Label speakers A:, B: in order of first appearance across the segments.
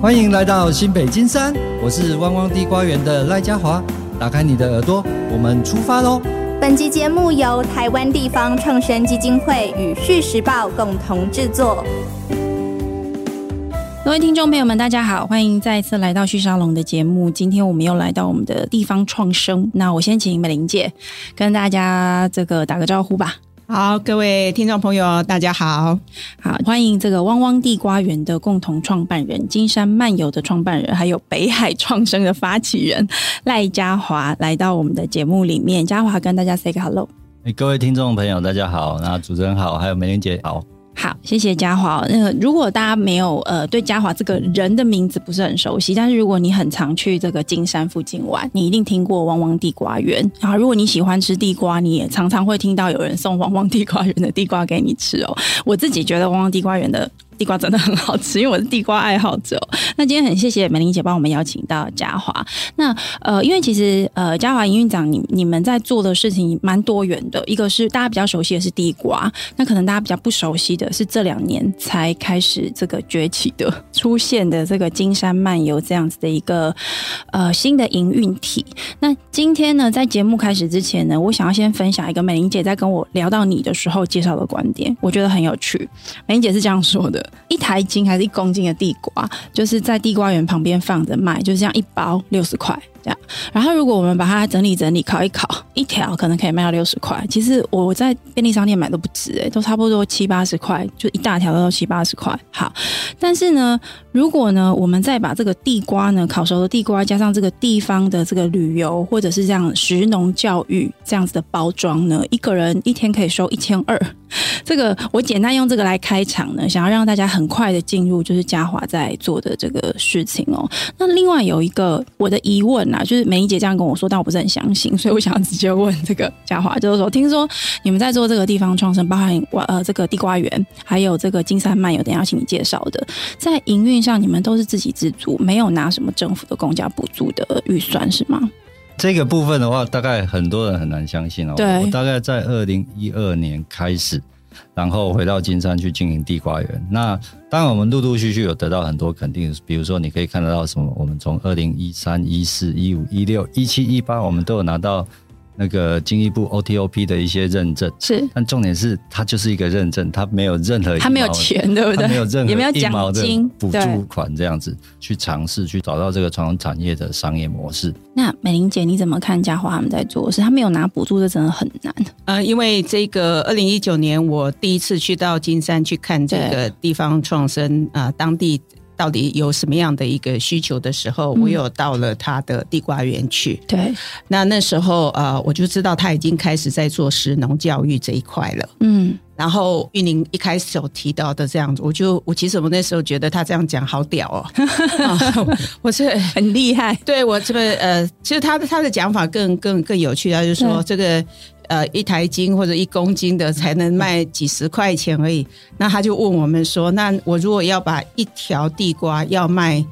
A: 欢迎来到新北金山，我是汪汪地瓜园的赖家华。打开你的耳朵，我们出发喽！
B: 本集节目由台湾地方创生基金会与《续时报》共同制作。
C: 各位听众朋友们，大家好，欢迎再一次来到旭沙龙的节目。今天我们又来到我们的地方创生，那我先请美玲姐跟大家这个打个招呼吧。
D: 好，各位听众朋友，大家好。
C: 好，欢迎这个汪汪地瓜园的共同创办人、金山漫游的创办人，还有北海创生的发起人赖家华来到我们的节目里面。家华跟大家 say 个 hello。
A: 哎，各位听众朋友，大家好，那主持人好，还有梅玲姐好。
C: 好，谢谢嘉华。那个，如果大家没有呃对嘉华这个人的名字不是很熟悉，但是如果你很常去这个金山附近玩，你一定听过汪汪地瓜园。然后，如果你喜欢吃地瓜，你也常常会听到有人送汪汪地瓜园的地瓜给你吃哦。我自己觉得汪汪地瓜园的地瓜真的很好吃，因为哦我是地瓜爱好者哦、那今天很谢谢美玲姐帮我们邀请到嘉华。那呃，因为其实呃，嘉华营运长你你们在做的事情蛮多元的，一个是大家比较熟悉的是地瓜，那可能大家比较不熟悉的是这两年才开始这个崛起的出现的这个金山漫游这样子的一个呃新的营运体。那今天呢，在节目开始之前呢，我想要先分享一个美玲姐在跟我聊到你的时候介绍的观点，我觉得很有趣。美玲姐是这样说的：一台斤还是一公斤的地瓜，就是在地瓜园旁边放着卖，就是这样一包六十块。这样，然后如果我们把它整理整理、烤一烤，一条可能可以卖到六十块。其实我在便利商店买都不止、欸，诶，都差不多七八十块，就一大条都七八十块。好，但是呢，如果呢，我们再把这个地瓜呢，烤熟的地瓜加上这个地方的这个旅游或者是这样食农教育这样子的包装呢，一个人一天可以收一千二。这个我简单用这个来开场呢，想要让大家很快的进入就是嘉华在做的这个事情哦。那另外有一个我的疑问啊，就是美玲姐这样跟我说，但我不是很相信，所以我想要直接问呃这个嘉华，就是说，听说你们在做这个地方创生，包含呃这个地瓜园，还有这个金山漫游，等一下要请你介绍的，在营运上你们都是自给自足，没有拿什么政府的公家补助的预算是吗？
A: 这个部分的话，大概很多人很难相信哦。
C: 对
A: 我大概在二零一二年开始，然后回到金山去经营地瓜园。那当然，我们陆陆续续有得到很多肯定，比如说你可以看得到什么，我们从二零一三、一四、一五、一六、一七、一八，我们都有拿到那个经济部 OTOP 的一些认证。
C: 是
A: 但重点是，它就是一个认证，它没有任何一毛
C: 他没有钱，对不对？
A: 它没有任何
C: 也没有
A: 一毛
C: 奖
A: 的
C: 金，
A: 补
C: 对
A: 助款这样子去尝试去找到这个传统产业的商业模式。
C: 那美玲姐，你怎么看嘉华他们在做的事？他没有拿补助，这真的很难。
D: 呃，因为这个二零一九年我第一次去到金山去看这个地方创生啊、呃当地到底有什么样的一个需求的时候，我有到了他的地瓜园去。
C: 对，
D: 那那时候呃，我就知道他已经开始在做食农教育这一块了。
C: 嗯，
D: 然后玉宁一开始有提到的这样子，我就我其实我那时候觉得他这样讲好屌哦， 啊我是
C: 很厉害。
D: 对我这个呃，其实他的他的讲法更更更有趣，他就说这个呃一台斤或者一公斤的才能卖几十块钱而已。那他就问我们说，那我如果要把一条地瓜要卖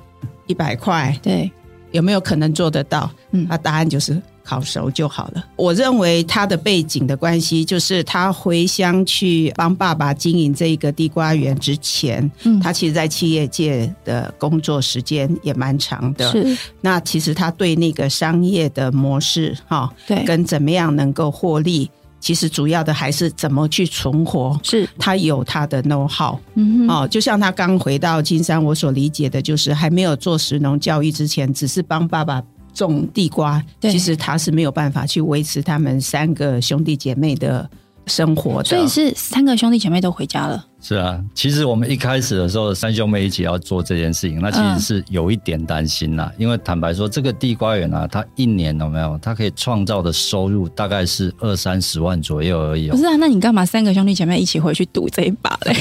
D: 一百块，
C: 对，
D: 有没有可能做得到？
C: 嗯
D: 那答案就是烤熟就好了。我认为他的背景的关系，就是他回乡去帮爸爸经营这一个地瓜园之前，
C: 嗯
D: 他其实在企业界的工作时间也蛮长的。
C: 是，
D: 那其实他对那个商业的模式哈、
C: 对，
D: 跟怎么样能够获利，其实主要的还是怎么去存活。
C: 是，
D: 他有他的 know how
C: 嗯哼，
D: 哦，就像他刚回到金山，我所理解的就是还没有做食农教育之前，只是帮爸爸种地瓜，
C: 对
D: 其实他是没有办法去维持他们三个兄弟姐妹的生活的。
A: 啊
C: 所以是三个兄弟姐妹都回家了。
A: 是啊，其实我们一开始的时候，三兄妹一起要做这件事情，那其实是有一点担心啦、因为坦白说，这个地瓜园啊，它一年有没有，它可以创造的收入大概是二三十万左右而已、
C: 不
A: 哦。
C: 是啊，那你干嘛三个兄弟姐妹一起回去赌这一把 嘞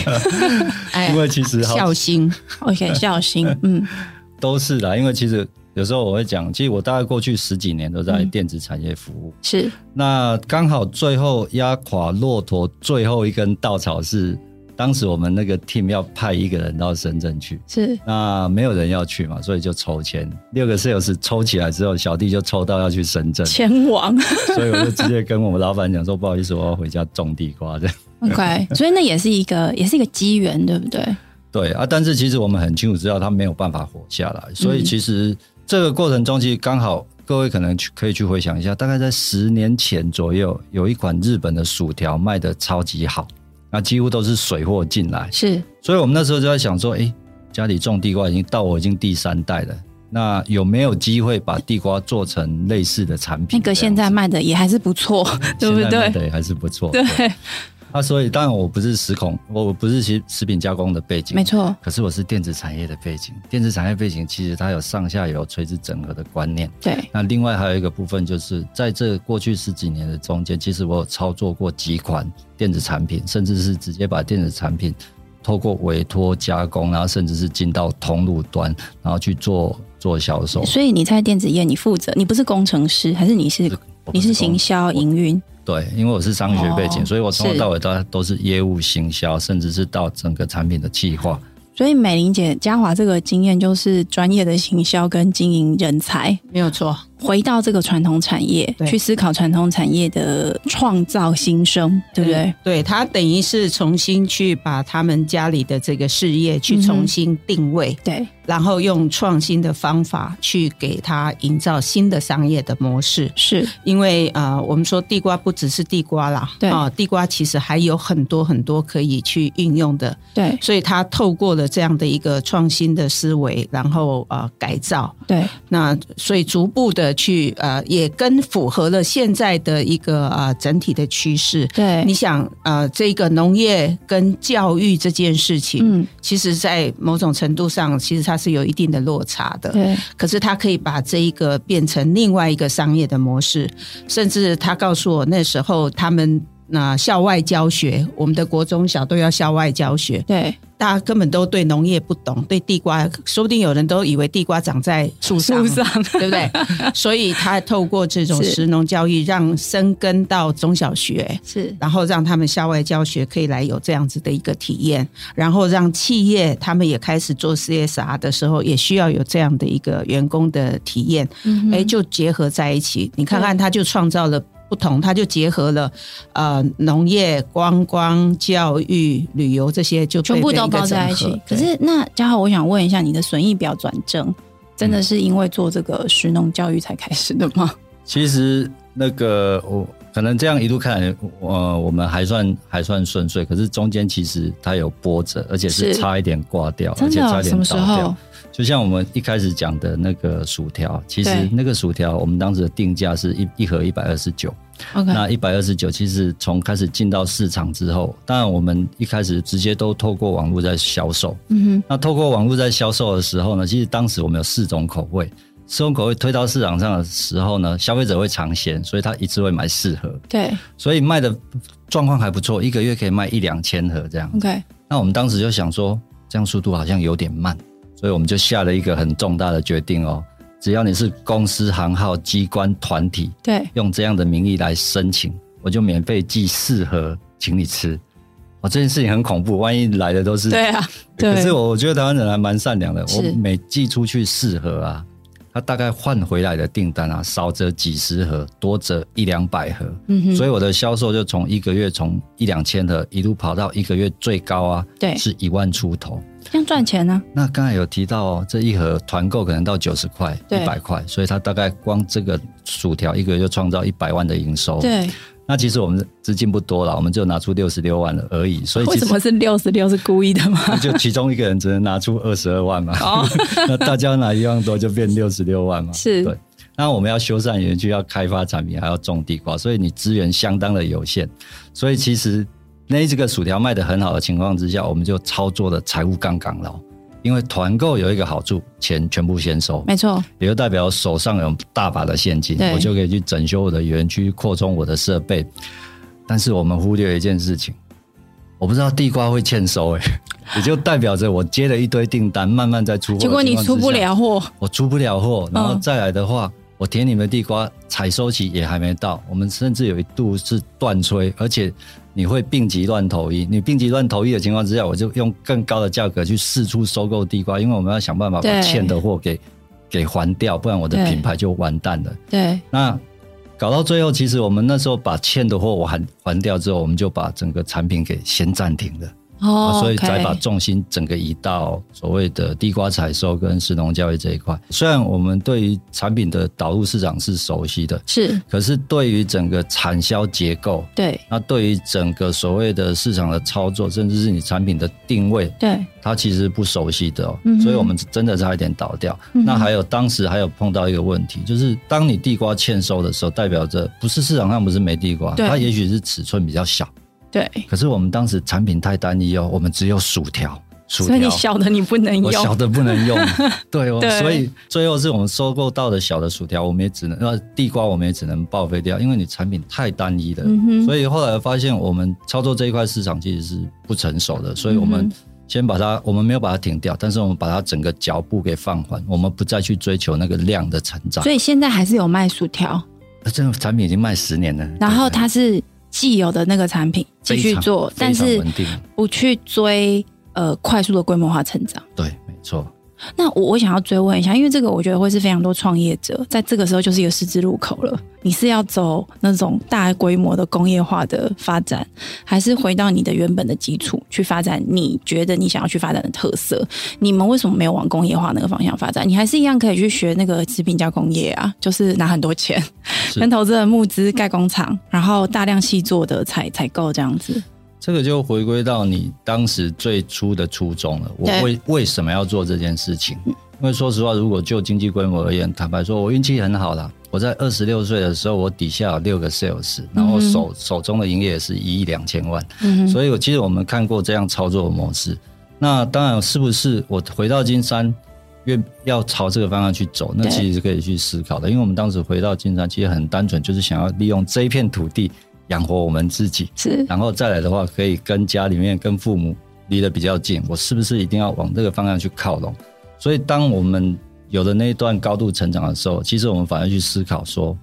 D: 哎
A: 因为其实好
D: 孝心，
C: ？OK，孝心，嗯，
A: 都是啦，因为其实有时候我会讲，其实我大概过去十几年都在
C: 嗯
A: 电子产业服务，
C: 是
A: 那刚好最后压垮骆驼最后一根稻草是，当时我们那个 team 要派一个人到深圳去，
C: 是，
A: 那没有人要去嘛，所以就抽签。六个 sales 抽起来之后，小弟就抽到要去深 圳，
C: 前 王
A: 所以我就直接跟我们老板讲说，不好意思，我要回家种地瓜这样。
C: ，OK，所以那也是一个，也是一个机缘，对不对？
A: 对啊，但是其实我们很清楚知道他没有办法活下
C: 嗯
A: 来，所以其实这个过程中，其实刚好各位可能去可以去回想一下，大概在十年前左右，有一款日本的薯条卖的超级好，那几乎都是水货进来，
C: 是
A: 所以我们那时候就在想说，诶，家里种地瓜已经到我已经第三代了，那有没有机会把地瓜做成类似的产
C: 那
A: 品？
C: 个现在卖的也还是 不错，对不
A: 现在卖
C: 对？
A: 得也还是不错。
C: 对，
A: 那所以当然我不是食孔，我我不是食食品加工的背景，
C: 没错，
A: 可是我是电子产业的背景，电子产业背景其实它有上下游垂直整合的观念。
C: 对，
A: 那另外还有一个部分，就是在这过去十几年的中间，其实我有操作过几款电子产品，甚至是直接把电子产品透过委托加工，然后甚至是进到通路端，然后去做做销售。
C: 所以你在电子业你负责，你不是工程师，还是你是
A: 我不
C: 你是
A: 公
C: 行销营运？
A: 对，因为我是商学背景，
C: 哦
A: 所以我从头
C: 是
A: 到尾都都是业务行销，甚至是到整个产品的企划。
C: 所以美玲姐嘉华这个经验就是专业的行销跟经营人才，
D: 没有错，
C: 回到这个传统产业
D: 对
C: 去思考传统产业的创造新生，对不对？？
D: 对他等于是重新去把他们家里的这个事业去重新定位，
C: 对，
D: 然后用创新的方法去给他营造新的商业的模式。
C: 是
D: 因为呃，我们说地瓜不只是地瓜啦，
C: 对
D: 啊、地瓜其实还有很多很多可以去运用的，
C: 对
D: 所以他透过了这样的一个创新的思维，然后呃改造，
C: 对，
D: 那所以逐步的去呃，也跟符合了现在的一个呃整体的趋势。
C: 对，
D: 你想呃，这个农业跟教育这件事情，
C: 嗯，
D: 其实在某种程度上，其实它是有一定的落差的。
C: 对
D: 可是他可以把这一个变成另外一个商业的模式，甚至他告诉我那时候他们那、校外教学，我们的国中小都要校外教学，
C: 对，
D: 大家根本都对农业不懂，对地瓜，说不定有人都以为地瓜长在树上， 对不对？ 所以他透过这种
C: 是
D: 食农教育，让生根到中小学。
C: 是
D: 然后让他们校外教学可以来有这样子的一个体验，然后让企业他们也开始做 CSR 的时候，也需要有这样的一个员工的体验，
C: 嗯
D: 哎、就结合在一起。你看看，他就创造了。不同，他就结合了呃农业、观光、教育、旅游这些，就被
C: 全部
D: 被
C: 都
D: 一个
C: 包在
D: 整
C: 一
D: 合
C: 起。可
D: 对
C: 是那嘉豪，我想问一下，你的损益表转正，真的是因为做这个食农教育才开始的吗？
A: 其实那个我可能这样一路看来，呃，我们还算还算顺遂，可是中间其实它有波折，而且是
C: 是
A: 差一点挂掉， 而
C: 真
A: 且
C: 的
A: 差
C: 哦？
A: 一
C: 什
A: 点
C: 么时
A: 倒掉
C: 候。？
A: 就像我们一开始讲的那个薯条，其实
C: 对
A: 那个薯条我们当时的定价是一一盒一百二十九，
C: OK，
A: 那一百二十九其实从开始进到市场之后，当然我们一开始直接都透过网络在销售，
C: 嗯
A: 那透过网络在销售的时候呢，其实当时我们有四种口味，四种口味推到市场上的时候呢，消费者会尝鲜，所以他一次会买四盒，
C: 哼，对
A: 所以卖的状况还不错，一个月可以卖一两千盒这样。
C: ，OK，
A: 那我们当时就想说，这样速度好像有点慢，所以我们就下了一个很重大的决定哦，只要你是公司行号、机关、团体，
C: 对，
A: 用这样的名义来申请，我就免费寄四盒请你吃。哦，这件事情很恐怖，万一来的都是
C: 对啊，对，
A: 可是我我觉得台湾人还蛮善良的，我
C: 是
A: 每寄出去四盒啊，他大概换回来的订单啊，少则几十盒，多则一两百盒，
C: 嗯哼，
A: 所以我的销售就从一个月从一两千盒一路跑到一个月最高啊，
C: 对
A: 是一万出头。
C: 这样赚钱啊呢？
A: 那刚才有提到哦，这一盒团购可能到九十块、
C: 对
A: 一百块，所以他大概光这个薯条一个月就创造一百万的营收。，
C: 对，
A: 那其实我们资金不多了，我们就拿出六十六万了而已，所以
C: 为
A: 其
C: 什
A: 实
C: 么是六十六是故 意的吗？
A: 就其中一个人只能拿出二十二万嘛，
C: 哦
A: 那大家拿一万多就变六十六万嘛，
C: 是
A: 对。那我们要修缮园区，要开发产品，还要种地瓜，所以你资源相当的有限。所以其实那这个薯条卖的很好的情况之下，我们就操作的财务杠杆了。因为团购有一个好处，钱全部先收，
C: 没错，
A: 也就代表手上有大把的现金
C: 对，
A: 我就可以去整修我的园区，扩充我的设备。但是我们忽略一件事情，我不知道地瓜会欠收、欸， 也就代表着我接了一堆订单，慢慢在出货的
C: 结
A: 情
C: 果
A: 况之
C: 你
A: 下。
C: 出不了货，
A: 我出不了货，然后
C: 嗯
A: 再来的话，我田里面的地瓜采收期也还没到，我们甚至有一度是断吹，而且你会病急乱投医。你病急乱投医的情况之下，我就用更高的价格去四处收购地瓜，因为我们要想办法把
C: 对
A: 欠的货给给还掉，不然我的
C: 对
A: 品牌就完蛋了。
C: 对，
A: 那搞到最后，其实我们那时候把欠的货我还还掉之后，我们就把整个产品给先暂停了。
C: 哦
A: 啊所以
C: OK
A: 才把重心整个移到所谓的地瓜采收跟食农教育这一块。虽然我们对于产品的导入市场是熟悉的，
C: 是
A: 可是对于整个产销结构，
C: 对
A: 那对于整个所谓的市场的操作，甚至是你产品的定位，
C: 对
A: 它其实不熟悉的哦，
C: 嗯哼
A: 所以我们真的差一点倒掉。
C: 嗯哼
A: 那还有当时还有碰到一个问题，就是当你地瓜欠收的时候，代表着不是市场上不是没地瓜，
C: 对
A: 它也许是尺寸比较小，
C: 对，
A: 可是我们当时产品太单一哦，我们只有薯条，薯
C: 所以你
A: 条。
C: 小的你不能
A: 我小
C: 用，
A: 的不能 用，对哦，
C: 对
A: 所以最后是我们收购到的小的薯条，我们也只能呃地瓜，我们也只能报废掉，因为你产品太单一了。
C: 嗯哼
A: 所以后来发现，我们操作这一块市场其实是不成熟的，所以我
C: 嗯
A: 们先把它，我们没有把它停掉，但是我们把它整个脚步给放缓，我们不再去追求那个量的成长
C: 所。以现在还是有卖薯条，
A: 呃这个产品已经卖十年了，
C: 然后它是既有的那个产品继续做，
A: 非
C: 但
A: 常非常
C: 是
A: 稳定，
C: 不去追呃快速的规模化成长。
A: 对，没错。
C: 那我我想要追问一下，因为这个我觉得会是非常多创业者在这个时候就是一个十字路口了。你是要走那种大规模的工业化的发展，还是回到你的原本的基础去发展你觉得你想要去发展的特色？你们为什么没有往工业化那个方向发展？你还是一样可以去学那个食品加工业啊，就是拿很多钱
A: 是
C: 跟投资人募资盖工厂，然后大量细做的采采购这样子。
A: 这个就回归到你当时最初的初衷了。我
C: 对
A: 为为什么要做这件事情？因为说实话，如果就经济规模而言，坦白说，我运气很好啦。我在二十六岁的时候，我底下有六个 sales，然后手、手中的营业也是一亿两千万，
C: 嗯哼，
A: 所以我其实我们看过这样操作的模式。那当然，是不是我回到金山，越要朝这个方向去走，那
C: 对
A: 其实是可以去思考的。因为我们当时回到金山，其实很单纯，就是想要利用这一片土地养活我们自己。
C: 是
A: 然后再来的话，可以跟家里面、跟父母离得比较近，我是不是一定要往这个方向去靠拢？所以，当我们有了那一段高度成长的时候，其实我们反而去思考说，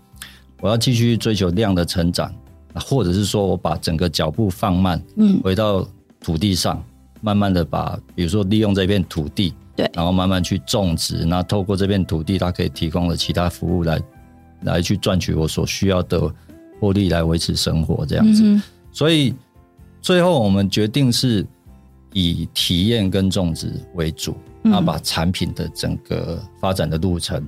A: 我要继续追求量的成长，啊或者是说我把整个脚步放慢，
C: 嗯
A: 回到土地上，慢慢的把，比如说利用这片土地，
C: 对
A: 然后慢慢去种植，那透过这片土地，它可以提供的其他服务来，来去赚取我所需要的获利来维持生活这样
C: 嗯
A: 子。
C: 哼
A: 所以最后我们决定是以体验跟种植为主，
C: 嗯
A: 那把产品的整个发展的路程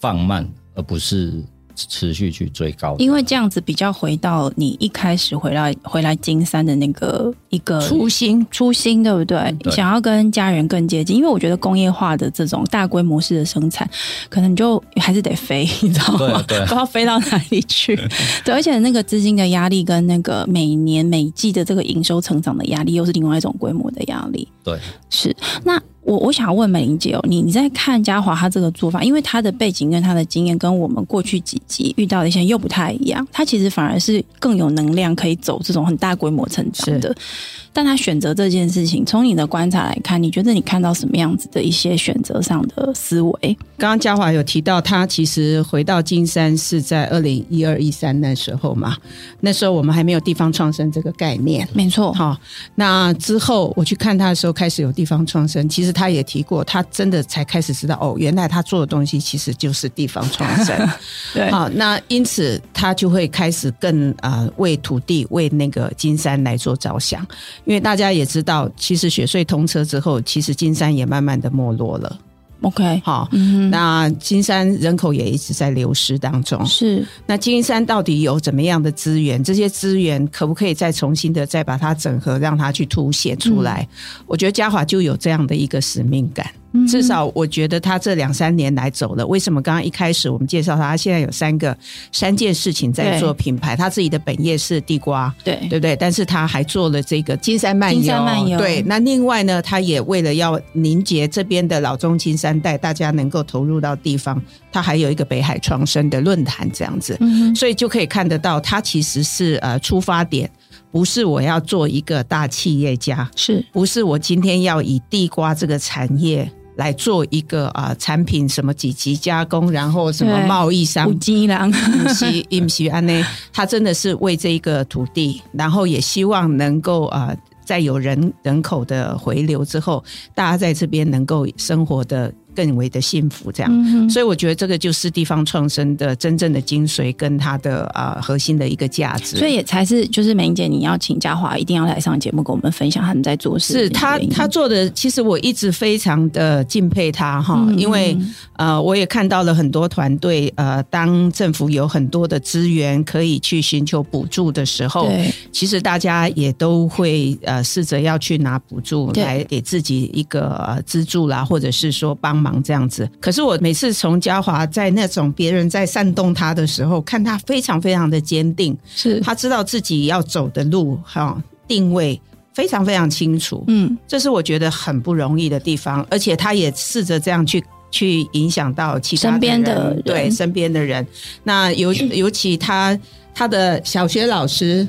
A: 放慢，而不是持续去追高。
C: 因为这样子比较回到你一开始回来回来金山的那个一个
D: 初心
C: 初心，对不对？
A: 嗯对
C: 想要跟家人更接近，因为我觉得工业化的这种大规模式的生产，可能你就还是得飞，你知道
A: 对
C: 吗
A: 啊？对啊
C: 不知道飞到哪里 去。对，而且那个资金的压力跟那个每年每季的这个营收成长的压力，又是另外一种规模的压力。
A: 对，
C: 是，那我我想要问美玲姐哦，你你在看嘉华她这个做法，因为她的背景跟她的经验跟我们过去几集遇到的一些又不太一样，她其实反而是更有能量可以走这种很大规模成长的，但她选择这件事情，从你的观察来看，你觉得你看到什么样子的一些选择上的思维？
D: 刚刚嘉华有提到，他其实回到金山是在二零一二一三那时候嘛，那时候我们还没有地方创生这个概念。
C: 没错，
D: 好、那之后我去看他的时候，开始有地方创生。其实他也提过，他真的才开始知道哦，原来他做的东西其实就是地方创生。
C: 对
D: 好、那因此他就会开始更啊、呃为土地、为那个金山来做着想，因为大家也知道，其实雪隧通车之后，其实金山也慢慢的没落了。
C: ，OK，
D: 好、
C: 嗯哼，
D: 那金山人口也一直在流失当中。
C: 是
D: 那金山到底有怎么样的资源？这些资源可不可以再重新的再把它整合，让它去凸显出来？
C: 嗯
D: 我觉得嘉华就有这样的一个使命感。至少我觉得他这两三年来走了。为什么刚刚一开始我们介绍他，他现在有三个三件事情在
C: 对
D: 做品牌，他自己的本业是地瓜，
C: 对，
D: 对不对？但是他还做了这个金山漫游，
C: 金山漫游
D: 对。那另外呢，他也为了要凝结这边的老中青三代，大家能够投入到地方，他还有一个北海创生的论坛这样子，
C: 嗯哼，
D: 所以就可以看得到，他其实是呃出发点不是我要做一个大企业家，
C: 是
D: 不是我今天要以地瓜这个产业。来做一个啊、呃产品什么几级加工，然后什么
C: 对
D: 贸易商
C: 五 金郎，
D: 不是，伊不是安内，他真的是为这一个土地，然后也希望能够啊、呃在有人人口的回流之后，大家在这边能够生活的更为的幸福这样。
C: 嗯
D: 所以我觉得这个就是地方创生的真正的精髓跟它的啊、呃核心的一个价值。
C: 以所以也才是就是美英姐，你要请嘉华一定要来上节目跟我们分享他们在做事的
D: 是
C: 原因。
D: 他他做的，其实我一直非常的敬佩他哈，
C: 嗯
D: 因为呃，我也看到了很多团队呃，当政府有很多的资源可以去寻求补助的时候，
C: 对
D: 其实大家也都会呃试着要去拿补助
C: 对
D: 来给自己一个呃资助啦，或者是说帮忙这样子。可是我每次从嘉华在那种别人在煽动他的时候，看他非常非常的坚定，
C: 是
D: 他知道自己要走的路哈、定位非常非常清楚，
C: 嗯
D: 这是我觉得很不容易的地方，而且他也试着这样去。去影响到其他
C: 身边的
D: 人对
C: 人
D: 身边的人，那 尤尤其他他的小学老师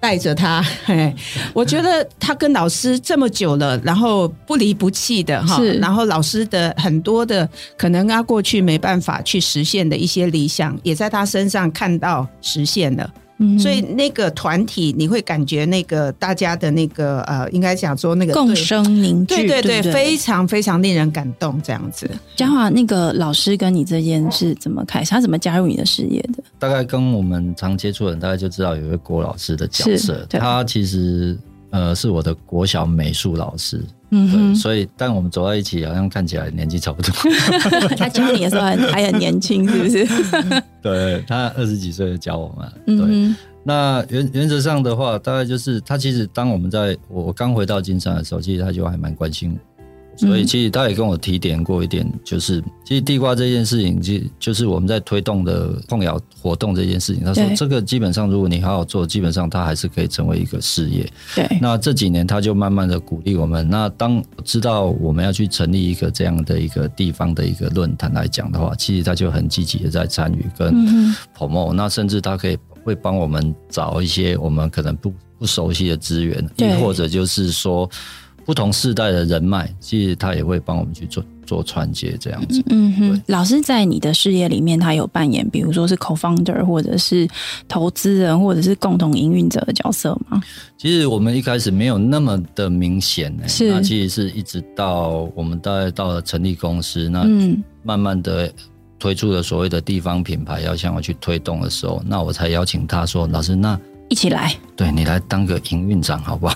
D: 带着他， 嘿，我觉得他跟老师这么久了，然后不离不弃的哈
C: 是，
D: 然后老师的很多的可能他过去没办法去实现的一些理想，也在他身上看到实现了。
C: 嗯
D: 所以那个团体，你会感觉那个大家的那个呃，应该讲说那个
C: 嗯共
D: 对。
C: 生凝聚，
D: 对
C: 对
D: 对对，
C: 不
D: 非常非常令人感动，这样子。
C: 嘉华那个老师跟你这件事怎么开始？他怎么加入你的事业的？
A: 大概跟我们常接触的人，大概就知道有一个郭老师的角
C: 是
A: 色，
C: 对
A: 他其实呃是我的国小美术老师，
C: 嗯
A: 对，
C: 哼，
A: 所以但我们走到一起，好像看起来年纪差不多。
C: 他教你的时候很还很年轻，是不 是？
A: 对他二十几岁就教我们，对，
C: 嗯哼，
A: 那原原则上的话，大概就是他其实当我们在我我刚回到金山的时候，其实他就还蛮关心我，所以
C: 嗯
A: 其实他也跟我提点过一点，就是其实地瓜这件事情，就就是我们在推动的控窑活动这件事情，他说
C: 对
A: 这个基本上如果你好好做，基本上它还是可以成为一个事业。
C: 对，
A: 那这几年他就慢慢的鼓励我们。那当知道我们要去成立一个这样的一个地方的一个论坛来讲的话，其实他就很积极的在参与跟
C: 嗯哼，
A: promo，那甚至他可以会帮我们找一些我们可能不不熟悉的资源，
C: 对
A: 亦或者就是说不同世代的人脉，其实他也会帮我们去做做串接这样子。
C: 嗯哼，老师在你的事业里面，他有扮演，比如说是 co-founder，或者是投资人，或者是共同营运者的角色吗？
A: 其实我们一开始没有那么的明显、欸，
C: 是
A: 那其实是一直到我们大概到了成立公司，
D: 啊
A: 那
C: 嗯，
A: 慢慢的推出了所谓的地方品牌要向我去推动的时候，那我才邀请他说：“老师，那
C: 一起 来。
A: 对你来当个营运长好不好？”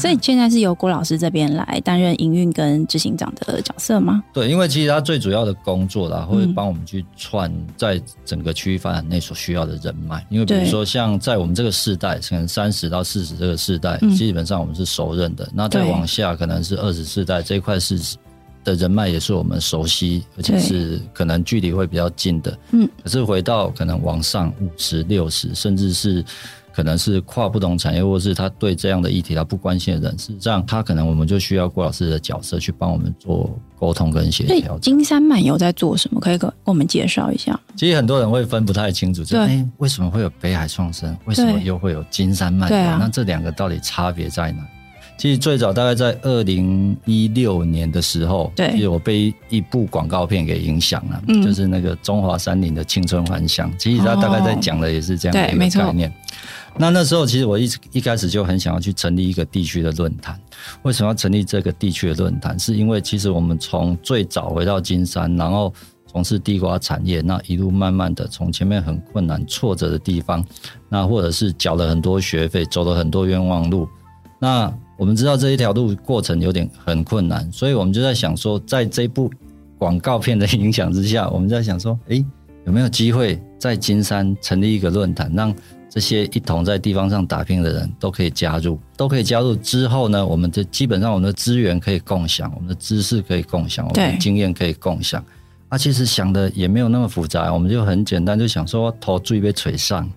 C: 所以现在是由郭老师这边来担任营运跟执行长的角色吗？
A: 对，因为其实他最主要的工作啦，会
C: 嗯
A: 帮我们去串在整个区域发展内所需要的人脉。因为比如
C: 对
A: 说像在我们这个世代，可能三十到四十这个世代，
C: 嗯
A: 基本上我们是熟认的。那再
C: 对
A: 往下，可能是二十世代这一块是的人脉也是我们熟悉，而且
C: 对
A: 是可能距离会比较近的。
C: 嗯，
A: 可是回到可能往上五十、六十，甚至是可能是跨不同产业，或是他对这样的议题他不关心的人，事实上他可能我们就需要郭老师的角色去帮我们做沟通跟协
C: 所以
A: 调。
C: 金山漫游在做什么？可以给我们介绍一下？
A: 其实很多人会分不太清楚，就
C: 对
A: 哎、为什么会有北海创生，为什么
C: 对
A: 又会有金山漫游？
C: 对啊
A: 那这两个到底差别在哪？其实最早大概在二零一六年的时候，
C: 对
A: 其实我被一部广告片给影响了，
C: 嗯
A: 就是那个中华山林的青春还乡。其实他大概
C: 哦
A: 在讲的也是这样的
C: 对
A: 一
C: 没
A: 个
C: 错
A: 概念。那那时候其实我一直一开始就很想要去成立一个地区的论坛。为什么要成立这个地区的论坛？是因为其实我们从最早回到金山，然后从事地瓜产业，那一路慢慢的从前面很困难、挫折的地方，那或者是缴了很多学费，走了很多冤枉路。那我们知道这一条路过程有点很困难，所以我们就在想说，在这部广告片的影响之下，我们在想说，诶，有没有机会在金山成立一个论坛，让这些一同在地方上打拼的人都可以加入，都可以加入之后呢，我们就基本上我们的资源可以共享，我们的知识可以共享，我们
C: 对
A: 的经验可以共享。啊，其实想的也没有那么复杂，我们就很简单，就想说头注意被锤上，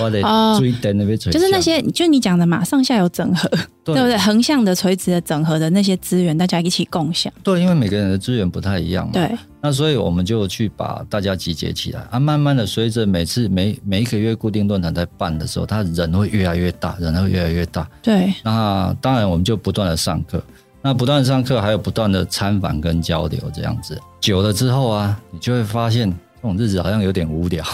A: 我得
C: 哦
A: 注意等那边锤上，
C: 就是那些，就你讲的嘛，上下游整合，
A: 对
C: 对不对？横向的、垂直的整合的那些资源，大家一起共享。
A: 对，因为每个人的资源不太一样嘛。
C: 对，
A: 那所以我们就去把大家集结起来啊，慢慢的随着每次每每一个月固定论坛在办的时候，他人会越来越大，人会越来越大。
C: 对，
A: 那当然我们就不断的上课，那不断的上课，还有不断的参访跟交流，这样子久了之后啊，你就会发现这种日子好像有点无聊，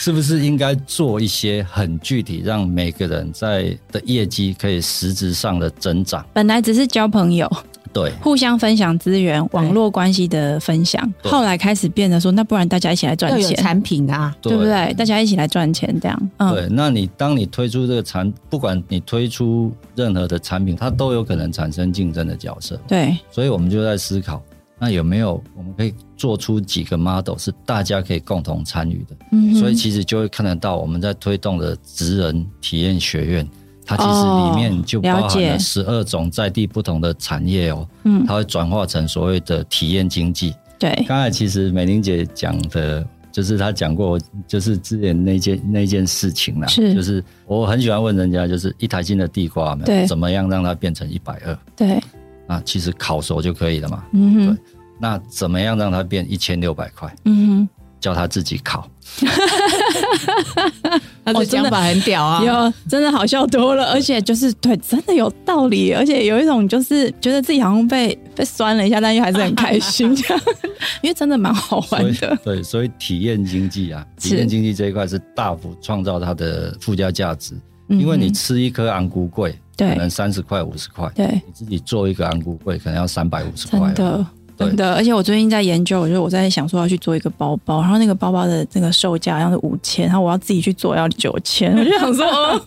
A: 是不是应该做一些很具体，让每个人在的业绩可以实质上的增长？嗯
C: 本来只是交朋友，
A: 对
C: 互相分享资源，网络关系的分享。
A: 对
C: 后来开始变得说，那不然大家一起来
D: 要
C: 赚
D: 有
C: 钱，
D: 产品啊，
C: 对不对？大家一起来赚钱，这样。嗯，
A: 对，那你当你推出这个产，不管你推出任何的产品，它都有可能产生竞争的角色，
C: 对，
A: 所以我们就在思考，那有没有我们可以做出几个 model 是大家可以共同参与的？
C: 嗯哼，
A: 所以其实就会看得到我们在推动的职人体验学院，它其实里面就包
C: 哦了
A: 含
C: 解
A: 了十二种在地不同的产业哦，
C: 嗯，
A: 它会转化成所谓的体验经济。
C: 对，
A: 刚才其实美玲姐讲的，就是她讲过，就是之前那件那件事情啦，
C: 是
A: 就是我很喜欢问人家，就是一台新的地瓜有没有
C: 对
A: 怎么样让它变成一百二
C: 对，
A: 啊？其实烤熟就可以了嘛。
C: 嗯哼
A: 对，那怎么样让它变一千六百块？
C: 嗯
A: 叫他自己烤，
D: 他哦的讲法很屌啊
C: 哼，，有真的好笑多了，而且就是对，真的有道理，而且有一种就是觉得自己好像被被酸了一下，但又还是很 开心，这样，因为真的蛮好玩
A: 所以
C: 的。
A: 对，所以体验经济啊，
C: 是
A: 体验经济这一块是大幅创造它的附加价值，
C: 嗯
A: 因为你
C: 哼
A: 吃一颗昂菇贵，可
C: 对
A: 能三十块五十块，
C: 对。
A: 你自己做一个昂菇贵，可能要三百五十块啊
C: 真
A: 了，
C: 的。
A: 对
C: 真的，而且我最近在研究，就是我在想说要去做一个包包，然后那个包包的那个售价要是五千，然后我要自己去做要九千， 我就想说， 哦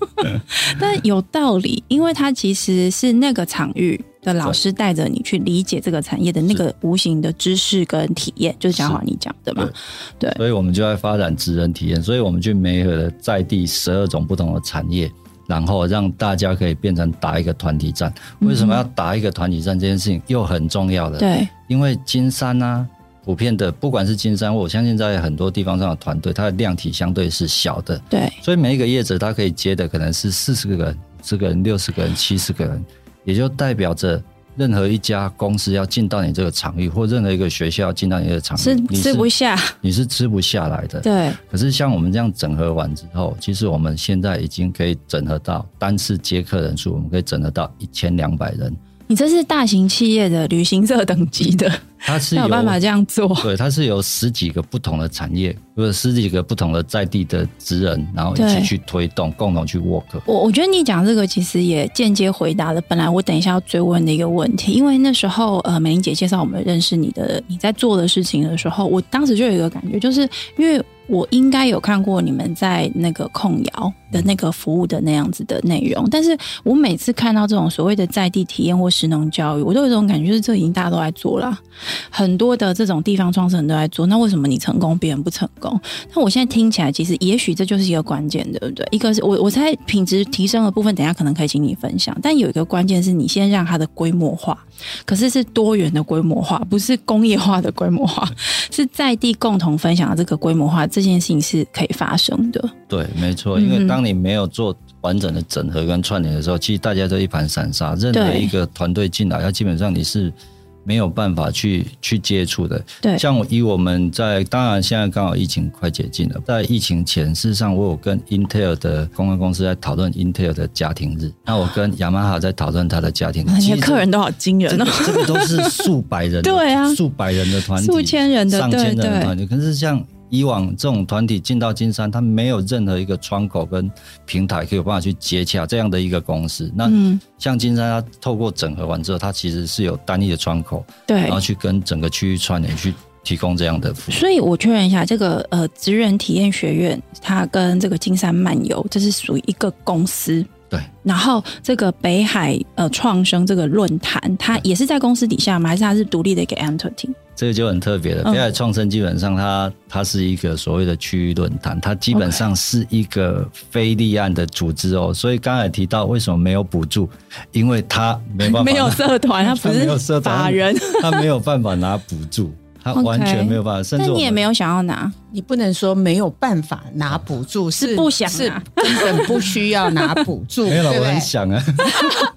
C: 但有道理，因为它其实是那个场域的老师带着你去理解这个产业的那个无形的知识跟体验，就是讲好你讲的嘛，对
A: 所以我们就在发展职人体验，所以我们去媒合了在地十二种不同的产业，然后让大家可以变成打一个团体战。为什么要打一个团体战这件事情又很重要的？
C: 对
A: 因为金山啊，普遍的不管是金山，我相信在很多地方上的团队，它的量体相对是小的，
C: 对
A: 所以每一个业者他可以接的可能是四十个人、十个人、六十个人、七十个人，也就代表着任何一家公司要进到你这个场域，或任何一个学校要进到你的场域，
C: 吃
A: 你
C: 吃
A: 是
C: 不下，
A: 你是吃不下来的。
C: 对
A: 可是像我们这样整合完之后，其实我们现在已经可以整合到单次接客人数，我们可以整合到一千两百人。
C: 你这是大型企业的旅行社等级的，
A: 它是
C: 没有办法这样做，
A: 对，它是有十几个不同的产业，有十几个不同的在地的职人，然后一
C: 对
A: 起去推动，共同去 work。
C: 我我觉得你讲这个其实也间接回答了本来我等一下要追问的一个问题，因为那时候呃美玲姐介绍我们认识你的你在做的事情的时候，我当时就有一个感觉，就是因为我应该有看过你们在那个控窑的那个服务的那样子的内容，但是我每次看到这种所谓的在地体验或食农教育，我都有一种感觉，就是这已经大家都在做了啊，很多的这种地方创始人都在做，那为什么你成功别人不成功？那我现在听起来，其实也许这就是一个关键，对不对？一个是我我猜品质提升的部分，等一下可能可以请你分享。但有一个关键是你先让它的规模化，可是是多元的规模化，不是工业化的规模化， 是在地共同分享的这个规模化，这件事情是可以发生的。
A: 对，没错，
C: 嗯
A: 因为当你没有做完整的整合跟串联的时候，其实大家都一盘散沙，任何
C: 对
A: 一个团队进来，它基本上你是没有办法去去接触的。
C: 对
A: 像我以我们在，当然现在刚好疫情快解禁了，在疫情前，事实上我有跟 Intel 的公关公司在讨论 Intel 的家庭日，那我跟雅马哈在讨论他的家庭日，
C: 哦你
A: 其
C: 的
A: 实
C: 客人都好惊
A: 这
C: 人
A: 个
C: 哦，
A: 这个都是数百人的，
C: 对啊
A: 数百人的团体，
C: 数千人的
A: 上千人
C: 对
A: 的
C: 对
A: 团体。可是像以往这种团体进到金山，它没有任何一个窗口跟平台可以有办法去接洽这样的一个公司。那
C: 嗯，
A: 像金山，它透过整合完之后，它其实是有单一的窗口，
C: 对
A: 然后。去跟整个区域串联，去提供这样的服务。
C: 所以我确认一下，这个呃职人体验学院，它跟这个金山漫游，这是属于一个公司。
A: 对。
C: 然后这个北海呃创生这个论坛，它也是在公司底下吗？还是它是独立的一个 entity？
A: 这个就很特别了。
C: 嗯
A: 北海创生基本上它它是一个所谓的区域论坛，它基本上是一个非立案的组织哦。所以刚才提到为什么没有补助，因为它没办法，
C: 没有社团，它
A: 它没有
C: 不是
A: 社团
C: 法人，
A: 它没有办法拿补助，它
C: 哦 OK
A: 完全没 有办法，甚
C: 但
A: 至我
C: 你也
A: 们
C: 没有想要拿，
D: 你不能说没有办法拿补助，是啊
C: 不想
D: 是
C: 拿
D: 根本不需要拿补 助，
A: 没有了，
D: 对不
A: 我
D: 对
A: 很？想啊。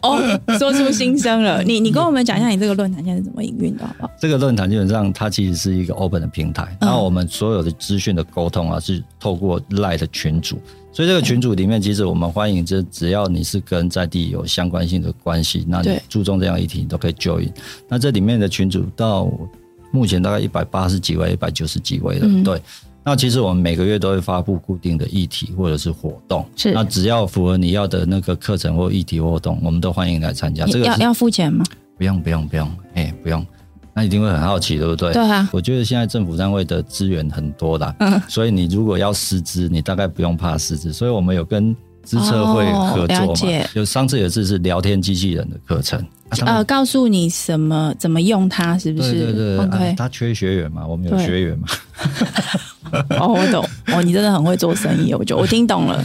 C: 哦，说出心声了。你你跟我们讲一下你这个论坛现在是怎么营运的，好不好？
A: 这个论坛基本上它其实是一个 open 的平台，
C: 嗯
A: 那、我们所有的资讯的沟通啊是透过 Line 的群组，所以这个群组里面，其实我们欢迎这只要你是跟在地有相关性的关系，那你
C: 对
A: 注重这样议题，你都可以 join。那这里面的群组到目前大概一百八十几位、一百九十几位了，
C: 嗯
A: 对。那其实我们每个月都会发布固定的议题或者是活动，
C: 是
A: 啊那只要符合你要的那个课程或议题活动，我们都欢迎来参加。这个
C: 要
A: 是
C: 要付钱吗？
A: 不用不用不用，哎、不用，那一定会很好奇，对不对？
C: 对啊，
A: 我觉得现在政府单位的资源很多啦，
C: 嗯
A: 所以你如果要师资，你大概不用怕师资。所以我们有跟资策会合
C: 哦
A: 作
C: 了
A: 嘛，
C: 解
A: 有上次有一次是聊天机器人的课程，啊他们
C: 呃，告诉你什么怎么用它，是不
A: 对
C: 是
A: 对对，
C: o
A: 啊
C: k
A: 他缺学员嘛，我们有
C: 对
A: 学员嘛，
C: 哦，我懂，哦，你真的很会做生意，我觉得我听懂了，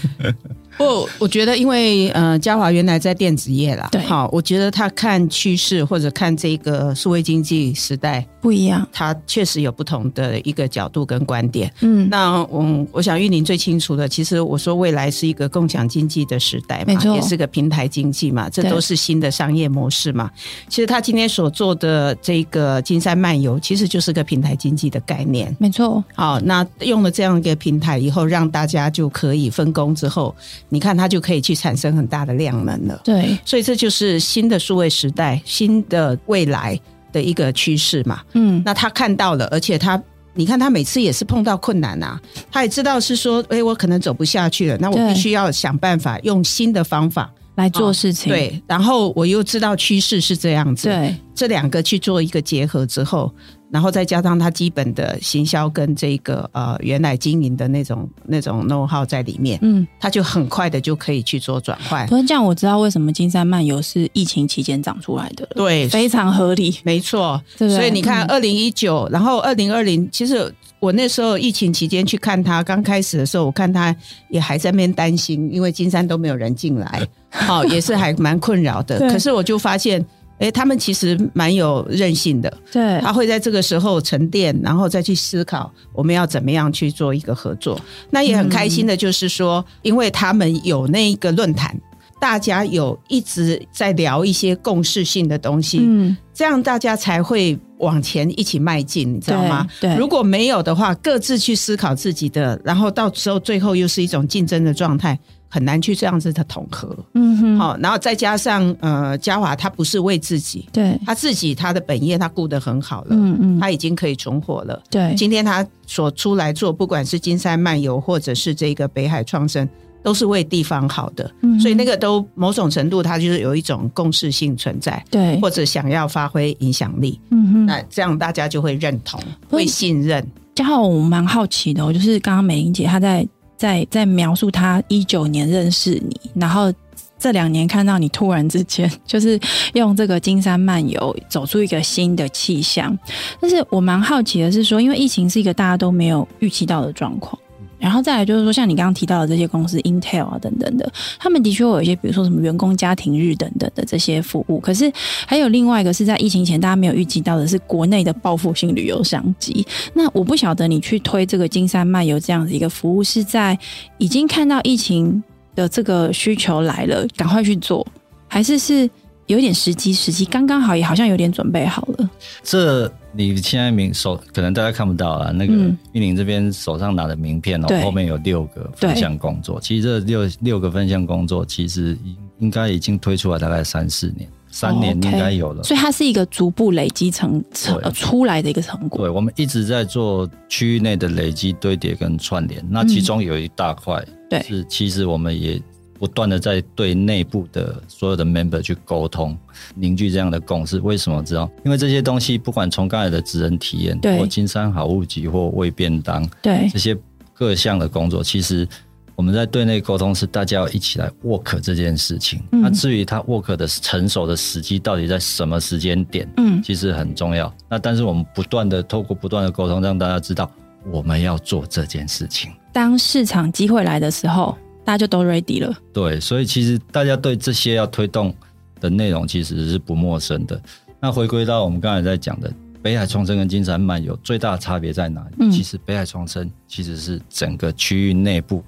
D: 不，我觉得因为呃，嘉华原来在电子业啦，
C: 对
D: 好，我觉得他看趋势或者看这个数位经济时代，
C: 不一样，
D: 他确实有不同的一个角度跟观点。
C: 嗯，
D: 那嗯，我想玉林最清楚的，其实我说未来是一个共享经济的时代
C: 没
D: 嘛，
C: 错
D: 也是个平台经济嘛，这
C: 对
D: 都是新的商业模式嘛。其实他今天所做的这个金山漫游，其实就是个平台经济的概念。
C: 没错，
D: 好，那用了这样一个平台以后，让大家就可以分工之后，你看它就可以去产生很大的量能了。
C: 对，
D: 所以这就是新的数位时代、新的未来的一个趋势嘛。
C: 嗯，
D: 那他看到了，而且他，你看他每次也是碰到困难啊，他也知道是说，哎，我可能走不下去了，那我
C: 对
D: 必须要想办法用新的方法，
C: 来做事情，
D: 对，然后我又知道趋势是这样子，
C: 对，
D: 这两个去做一个结合之后，然后再加上他基本的行销跟这个呃原来经营的那种那种 know how 在里面，
C: 嗯，
D: 他就很快的就可以去做转换，
C: 不是这样，我知道为什么金山漫游是疫情期间长出来的了，
D: 对，
C: 非常合理，
D: 没错，
C: 对不对
D: 所以你看，
C: 嗯
D: 二零一九，然后二零二零，其实我那时候疫情期间去看他，刚开始的时候，我看他也还在那边担心，因为金山都没有人进 来，好、也是还蛮困扰的
C: 对。
D: 可是我就发现，诶，他们其实蛮有韧性的，
C: 对，
D: 他会在这个时候沉淀，然后再去思考我们要怎么样去做一个合作。那也很开心的，就是说，
C: 嗯
D: 因为他们有那一个论坛。大家有一直在聊一些共识性的东西，
C: 嗯，
D: 这样大家才会往前一起迈进，你知道吗？
C: 对对
D: 如果没有的话，各自去思考自己的，然后到时候最后又是一种竞争的状态，很难去这样子的统合。
C: 嗯哼，
D: 好、然后再加上呃，嘉华他不是为自己，
C: 对，
D: 他自己他的本业他顾得很好了，
C: 嗯嗯，
D: 他已经可以存活了。
C: 对，
D: 今天他所出来做，不管是金山漫游或者是这个北海创生，都是为地方好的，
C: 嗯
D: 所以那个都某种程度，它就是有一种共识性存在。
C: 对，
D: 或者想要发挥影响力，
C: 嗯哼，
D: 那这样大家就会认同、
C: 不
D: 会信任。
C: 嘉豪，我蛮好奇的哦、就是刚刚美玲姐她在在在描述她一九年认识你，然后。这两年看到你突然之间，就是用这个金山漫游走出一个新的气象，但是我蛮好奇的是说，因为疫情是一个大家都没有预期到的状况，然后再来就是说，像你刚刚提到的这些公司，Intel 啊等等的，他们的确有一些，比如说什么员工家庭日等等的这些服务。可是还有另外一个是在疫情前大家没有预计到的是国内的报复性旅游商机。那我不晓得你去推这个金山漫游这样子一个服务，是在已经看到疫情的这个需求来了，赶快去做，还是是有点时机，时机刚刚好，也好像有点准备好了。
A: 这你现在名手可能大家看不到啊，那个
C: 嗯
A: 玉玲这边手上拿的名片哦
C: 对，
A: 后面有六个分项工作。其实这六六个分项工作，其实应应该已经推出来大概三四年，三
C: 哦
A: 年应该有了。
C: 所以它是一个逐步累积成成
A: 对
C: 呃出来的一个成果。
A: 对，我们一直在做区域内的累积、堆叠跟串联。那其中有一大块，
C: 嗯对
A: 是其实我们也不断的在对内部的所有的 member 去沟通，凝聚这样的共识。为什么知道？因为这些东西，不管从刚才的职人体验，
C: 对
A: 或金山好物集，或未便 当
C: 对
A: 这些各项的工作，其实。我们在对内沟通是大家要一起来 work 这件事情。
C: 嗯
A: 那至于它 work 的成熟的时机到底在什么时间点，
C: 嗯，
A: 其实很重要。那但是我们不断的透过不断的沟通，让大家知道我们要做这件事情。
C: 当市场机会来的时候，大家就都 ready 了。
A: 对，所以其实大家对这些要推动的内容其实是不陌生的。那回归到我们刚才在讲的北海创生跟金山漫游最大的差别在哪里？
C: 嗯
A: 其实北海创生其实是整个区域内部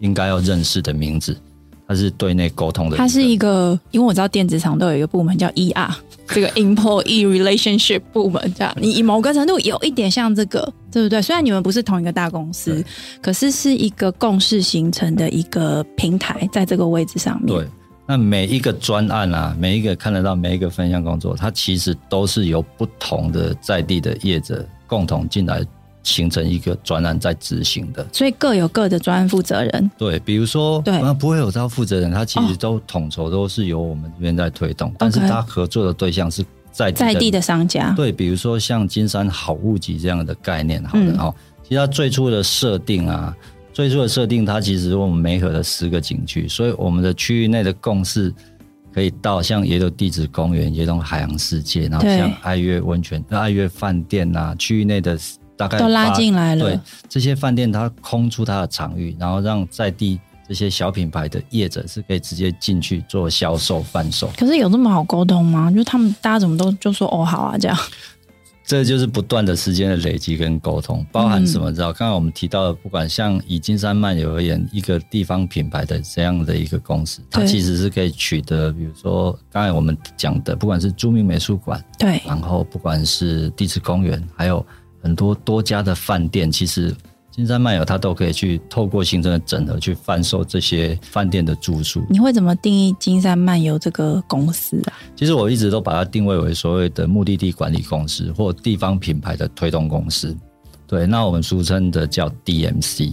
A: 应该要认识的名字，它是对内沟通的个。
C: 它是一个，因为我知道电子厂都有一个部门叫 ER，这个 Employee Relationship 部门，这样你以某个程度有一点像这个，对不对？虽然你们不是同一个大公司
A: 对，
C: 可是是一个共识形成的一个平台，在这个位置上面。
A: 对，那每一个专案啊，每一个看得到每一个分项工作，它其实都是由不同的在地的业者共同进来形成一个专案在执行的。
C: 所以各有各的专案负责人，
A: 对，比如说，
C: 对哦
A: 那不会有招负责人，他其实都统筹都是由我们这边在推动，但是他合作的对象是在
C: 在地
A: 的
C: 的商 家，
A: 对，比如说像金山好物集这样的概念，好的
C: 嗯
A: 哈、哦其实它最初的设定啊，最初的设定它其实我们梅河的十个景区，所以我们的区域内的共识可以到像野柳地质公园、野柳海洋世界，然后
C: 对
A: 像爱乐温泉、那爱乐饭店呐、区域内的大概
C: 都拉
A: 八
C: 进来
A: 对
C: 了，
A: 这些饭店，它空出它的场域，然后让在地这些小品牌的业者是可以直接进去做销售贩售。
C: 可是有这么好沟通吗？就他们大家怎么都就说哦好啊这样，
A: 这就是不断的时间的累积跟沟通，包含什么？知道？刚刚我们提到的，不管像以金山漫游而言，一个地方品牌的这样的一个公司，它
C: 对
A: 其实是可以取得，比如说刚才我们讲的，不管是著名美术馆，
C: 对
A: 然后不管是地质公园，还有很多多家的饭店，其实金山漫游它都可以去透过行政的整合去贩售这些饭店的住宿。
C: 你会怎么定义金山漫游这个公司啊？
A: 其实我一直都把它定位为所谓的目的地管理公司或地方品牌的推动公司。对，那我们俗称的叫 DMC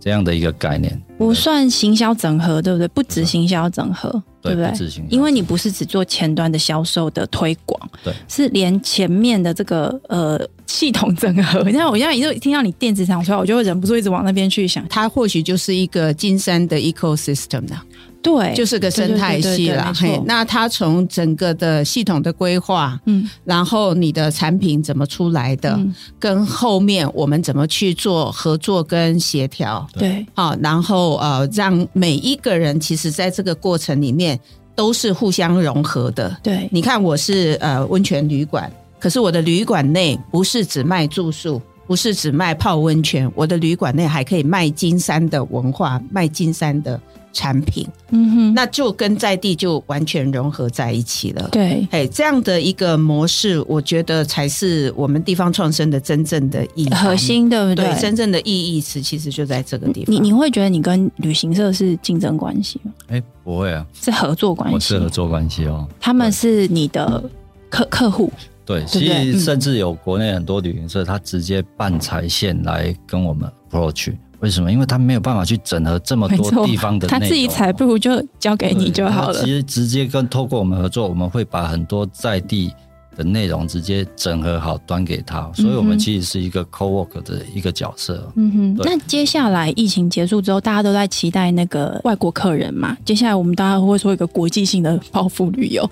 A: 这样的一个概念，
C: 不算行销整合，对不对？不止行销整合，
A: 对
C: 不对
A: 不止行销
C: 因为你不是只做前端的销售的推广，
A: 对
C: 是连前面的这个呃系统整合。那我现在一就听到你电子厂出来，我就会忍不住一直往那边去想。
D: 它或许就是一个金山的 ecosystem 啦，
C: 对，
D: 就是个生态
C: 哎
D: 系啦。
C: 对对对对没
D: 嘿
C: 错，
D: 那它从整个的系统的规划，
C: 嗯，
D: 然后你的产品怎么出来的，
C: 嗯
D: 跟后面我们怎么去做合作跟协调，
C: 对，
D: 好，然后呃，让每一个人其实在这个过程里面都是互相融合的。
C: 对，
D: 你看，我是呃温泉旅馆，可是我的旅馆内不是只卖住宿，不是只卖泡温泉，我的旅馆内还可以卖金山的文化，卖金山的产品，
C: 嗯哼，
D: 那就跟在地就完全融合在一起了。
C: 对，
D: 哎，这样的一个模式，我觉得才是我们地方创生的真正的意义
C: 核。心对不
D: 对，
C: 对？
D: 真正的意义是其实就在这个地方。
C: 你你会觉得你跟旅行社是竞争关系吗？
A: 哎、不会啊，
C: 是合作关
A: 我
C: 系
A: 是？合作关系哦。
C: 他们是你的客客户，
A: 对，
C: 对不嗯
A: 其
C: 对
A: 实甚至有国内很多旅行社，它直接办财线来跟我们 approach，为什么？因为它没有办法去整合这么
C: 没
A: 多
C: 错
A: 地方的内
C: 他
A: 容，
C: 自己才不如就交给你就好
A: 对
C: 了
A: 它。其实直接跟透过我们合作，我们会把很多在地的内容直接整合好，端给他。所以，我
C: 嗯哼
A: 们其实是一个 co work 的一个角色。
C: 嗯哼，
A: 对
C: 那接下来疫情结束之后，大家都在期待那个外国客人嘛。接下来我们大家会说一个国际性的报复旅游，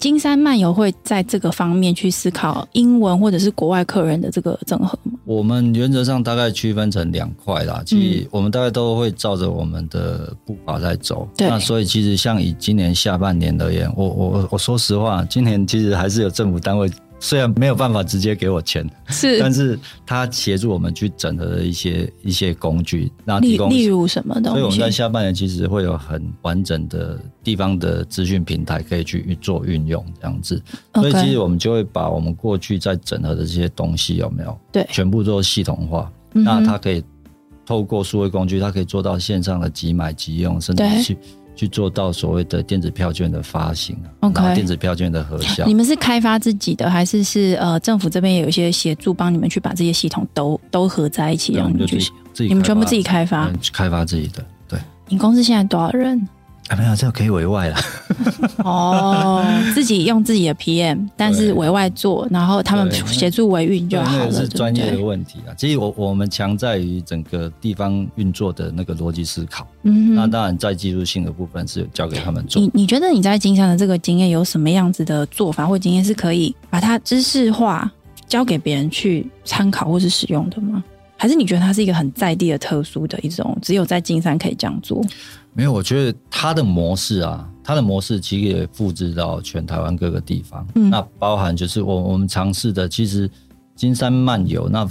C: 金山漫游会在这个方面去思考英文或者是国外客人的这个整合吗？
A: 我们原则上大概区分成两块啦，其
C: 嗯
A: 实我们大概都会照着我们的步伐在走。
C: 对
A: 那所以其实像以今年下半年而言，我我我我说实话，今年其实还是有政府单位，虽然没有办法直接给我钱，但
C: 是，
A: 是他协助我们去整合的一些一些工具，那
C: 例
A: 提供
C: 例如什么
A: 所以我
C: 东
A: 们在
C: 西？
A: 下半年其实会有很完整的地方的资讯平台可以去运做运用，这样子。所以
C: OK
A: 其实我们就会把我们过去在整合的这些东西有没有
C: 对
A: 全部做系统化，
C: 嗯哼
A: 那它可以透过数位工具，它可以做到线上的即买即用，甚
C: 对
A: 至去去做到所谓的电子票券的发行啊
C: OK
A: 然后电子票券的核销
C: 你。们是开发自己的，还是是呃政府这边也有一些协助，帮你们去把这些系统都都合在一起，
A: 对我
C: 让你
A: 们
C: 们
A: 就
C: 去
A: 自
C: 使
A: 己
C: 用？
A: 自己
C: 你们
A: 开
C: 全部
A: 发
C: 自己开发
A: 嗯？开发自己的，对。
C: 你公司现在多少人？
A: 啊，没有，这个可以委外了。
C: 哦，自己用自己的 PM，但是
A: 对
C: 委外做，然后他们
A: 对
C: 协助维运就
A: 对，
C: 好
A: 那
C: 了，
A: 个是
C: 对
A: 专
C: 不
A: 业的
C: 对？
A: 问题啊。其实我我们强在于整个地方运作的那个逻辑思考，
C: 嗯
A: 那
C: 哼，
A: 当然在技术性的部分是交给他们做
C: 你。你觉得你在金山的这个经验有什么样子的做法或经验是可以把它知识化交给别人去参考或是使用的吗？还是你觉得它是一个很在地的、特殊的一种，只有在金山可以这样做？
A: 没有，我觉得他的模式啊，他的模式其实也复制到全台湾各个地方。
C: 嗯
A: 那包含就是我我们尝试的，其实金山漫游，那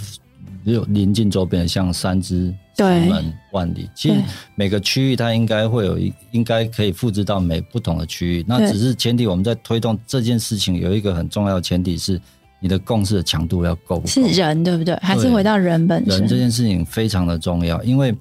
A: 有临近周边的像三芝、
C: 对
A: 石门、万里，其实
C: 对
A: 每个区域它应该会有一，应该可以复制到每不同的区域。那
C: 对
A: 只是前提，我们在推动这件事情有一个很重要的前提是，你的共识的强度要够不够。
C: 是人对不对？还是
A: 对
C: 回到人本
A: 人这
C: 身？
A: 件事情非常的重要，因为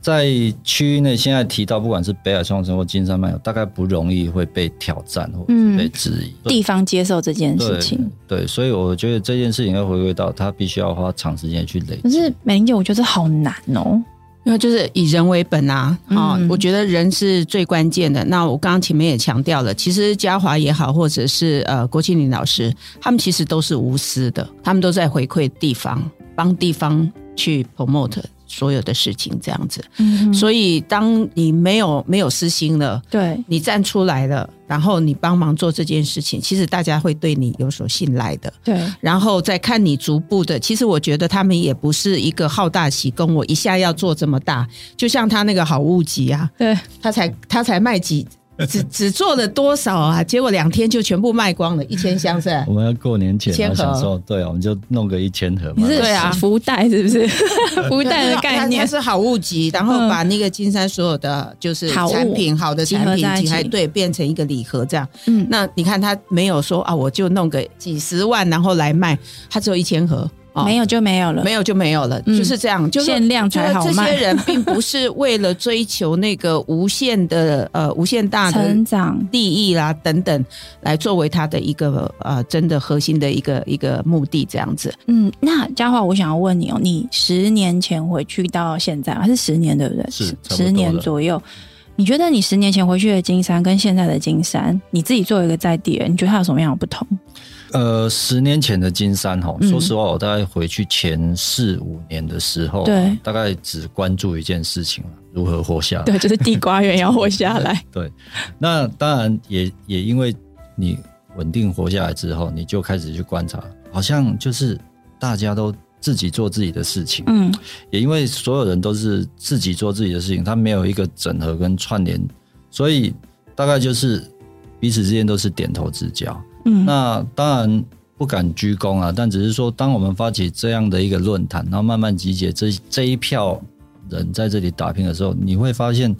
A: 在区域内现在提到，不管是北海创生或金山漫游，大概不容易会被挑战或者是被质疑。
C: 嗯地方接受这件
A: 对
C: 事情。
A: 对，所以我觉得这件事情要回归到它必须要花长时间去累积。
C: 可是美玲姐，我觉得好难哦。
D: 因为就是以人为本啊，哦，
C: 嗯
D: 我觉得人是最关键的。那我刚刚前面也强调了，其实嘉华也好，或者是呃郭庆林老师，他们其实都是无私的，他们都在回馈地方，帮地方去 promote 所有的事情这样子。
C: 嗯
D: 所以，当你没有没有私心了，
C: 对，
D: 你站出来了，然后你帮忙做这件事情，其实大家会对你有所信赖的。
C: 对，
D: 然后再看你逐步的。其实我觉得他们也不是一个好大喜功，我一下要做这么大。就像他那个好物集啊，
C: 对，
D: 他才他才卖几，只只做了多少啊？结果两天就全部卖光了，一千箱是吧
A: 我们要过年前
D: 一千
A: 啊，
D: 盒
A: 想说对啊，我们就弄个一千盒
C: 你
A: 嘛。
C: 是
D: 对啊
C: 福袋是 不是？福袋的
D: 它
C: 概
D: 它
C: 念嗯
D: 它是好物集，然后把那个金山所有的就是
C: 好物
D: 产品好的产
C: 集合
D: 品
C: 在一起
D: 集合对变成一个礼盒这样。
C: 嗯
D: 那你看他没有说啊，我就弄个几十万然后来卖，他只有一千盒，哦
C: 没有就没有了，
D: 没有就没有了，
C: 嗯
D: 就是这样，就是
C: 限 量才好
D: 就是
C: 卖
D: 这些人并不是为了追求那个无限的呃无限大的
C: 成长，
D: 利益啦等等，来作为他的一个呃真的核心的一个一个目的这样子。
C: 嗯，那嘉华，我想要问你哦，你十年前回去到现在嘛，是十年对不对？
A: 是差不多
C: 十年
A: 了
C: 左右。你觉得你十年前回去的金山跟现在的金山，你自己作为一个在地人，你觉得它有什么样的不同？
A: 呃，十年前的金山哈，
C: 嗯
A: 说实话，我大概回去前四五年的时候，
C: 对，
A: 大概只关注一件事情了，如何活下来。
C: 对，就是地瓜园要活下 来。
A: 对，那当然也也因为你稳定活下来之后，你就开始去观察，好像就是大家都自己做自己的事情，
C: 嗯，
A: 也因为所有人都是自己做自己的事情，他没有一个整合跟串联，所以大概就是彼此之间都是点头之交。
C: 嗯
A: 那当然不敢居功啊，但只是说，当我们发起这样的一个论坛，然后慢慢集结这这一票人在这里打拼的时候，你会发现。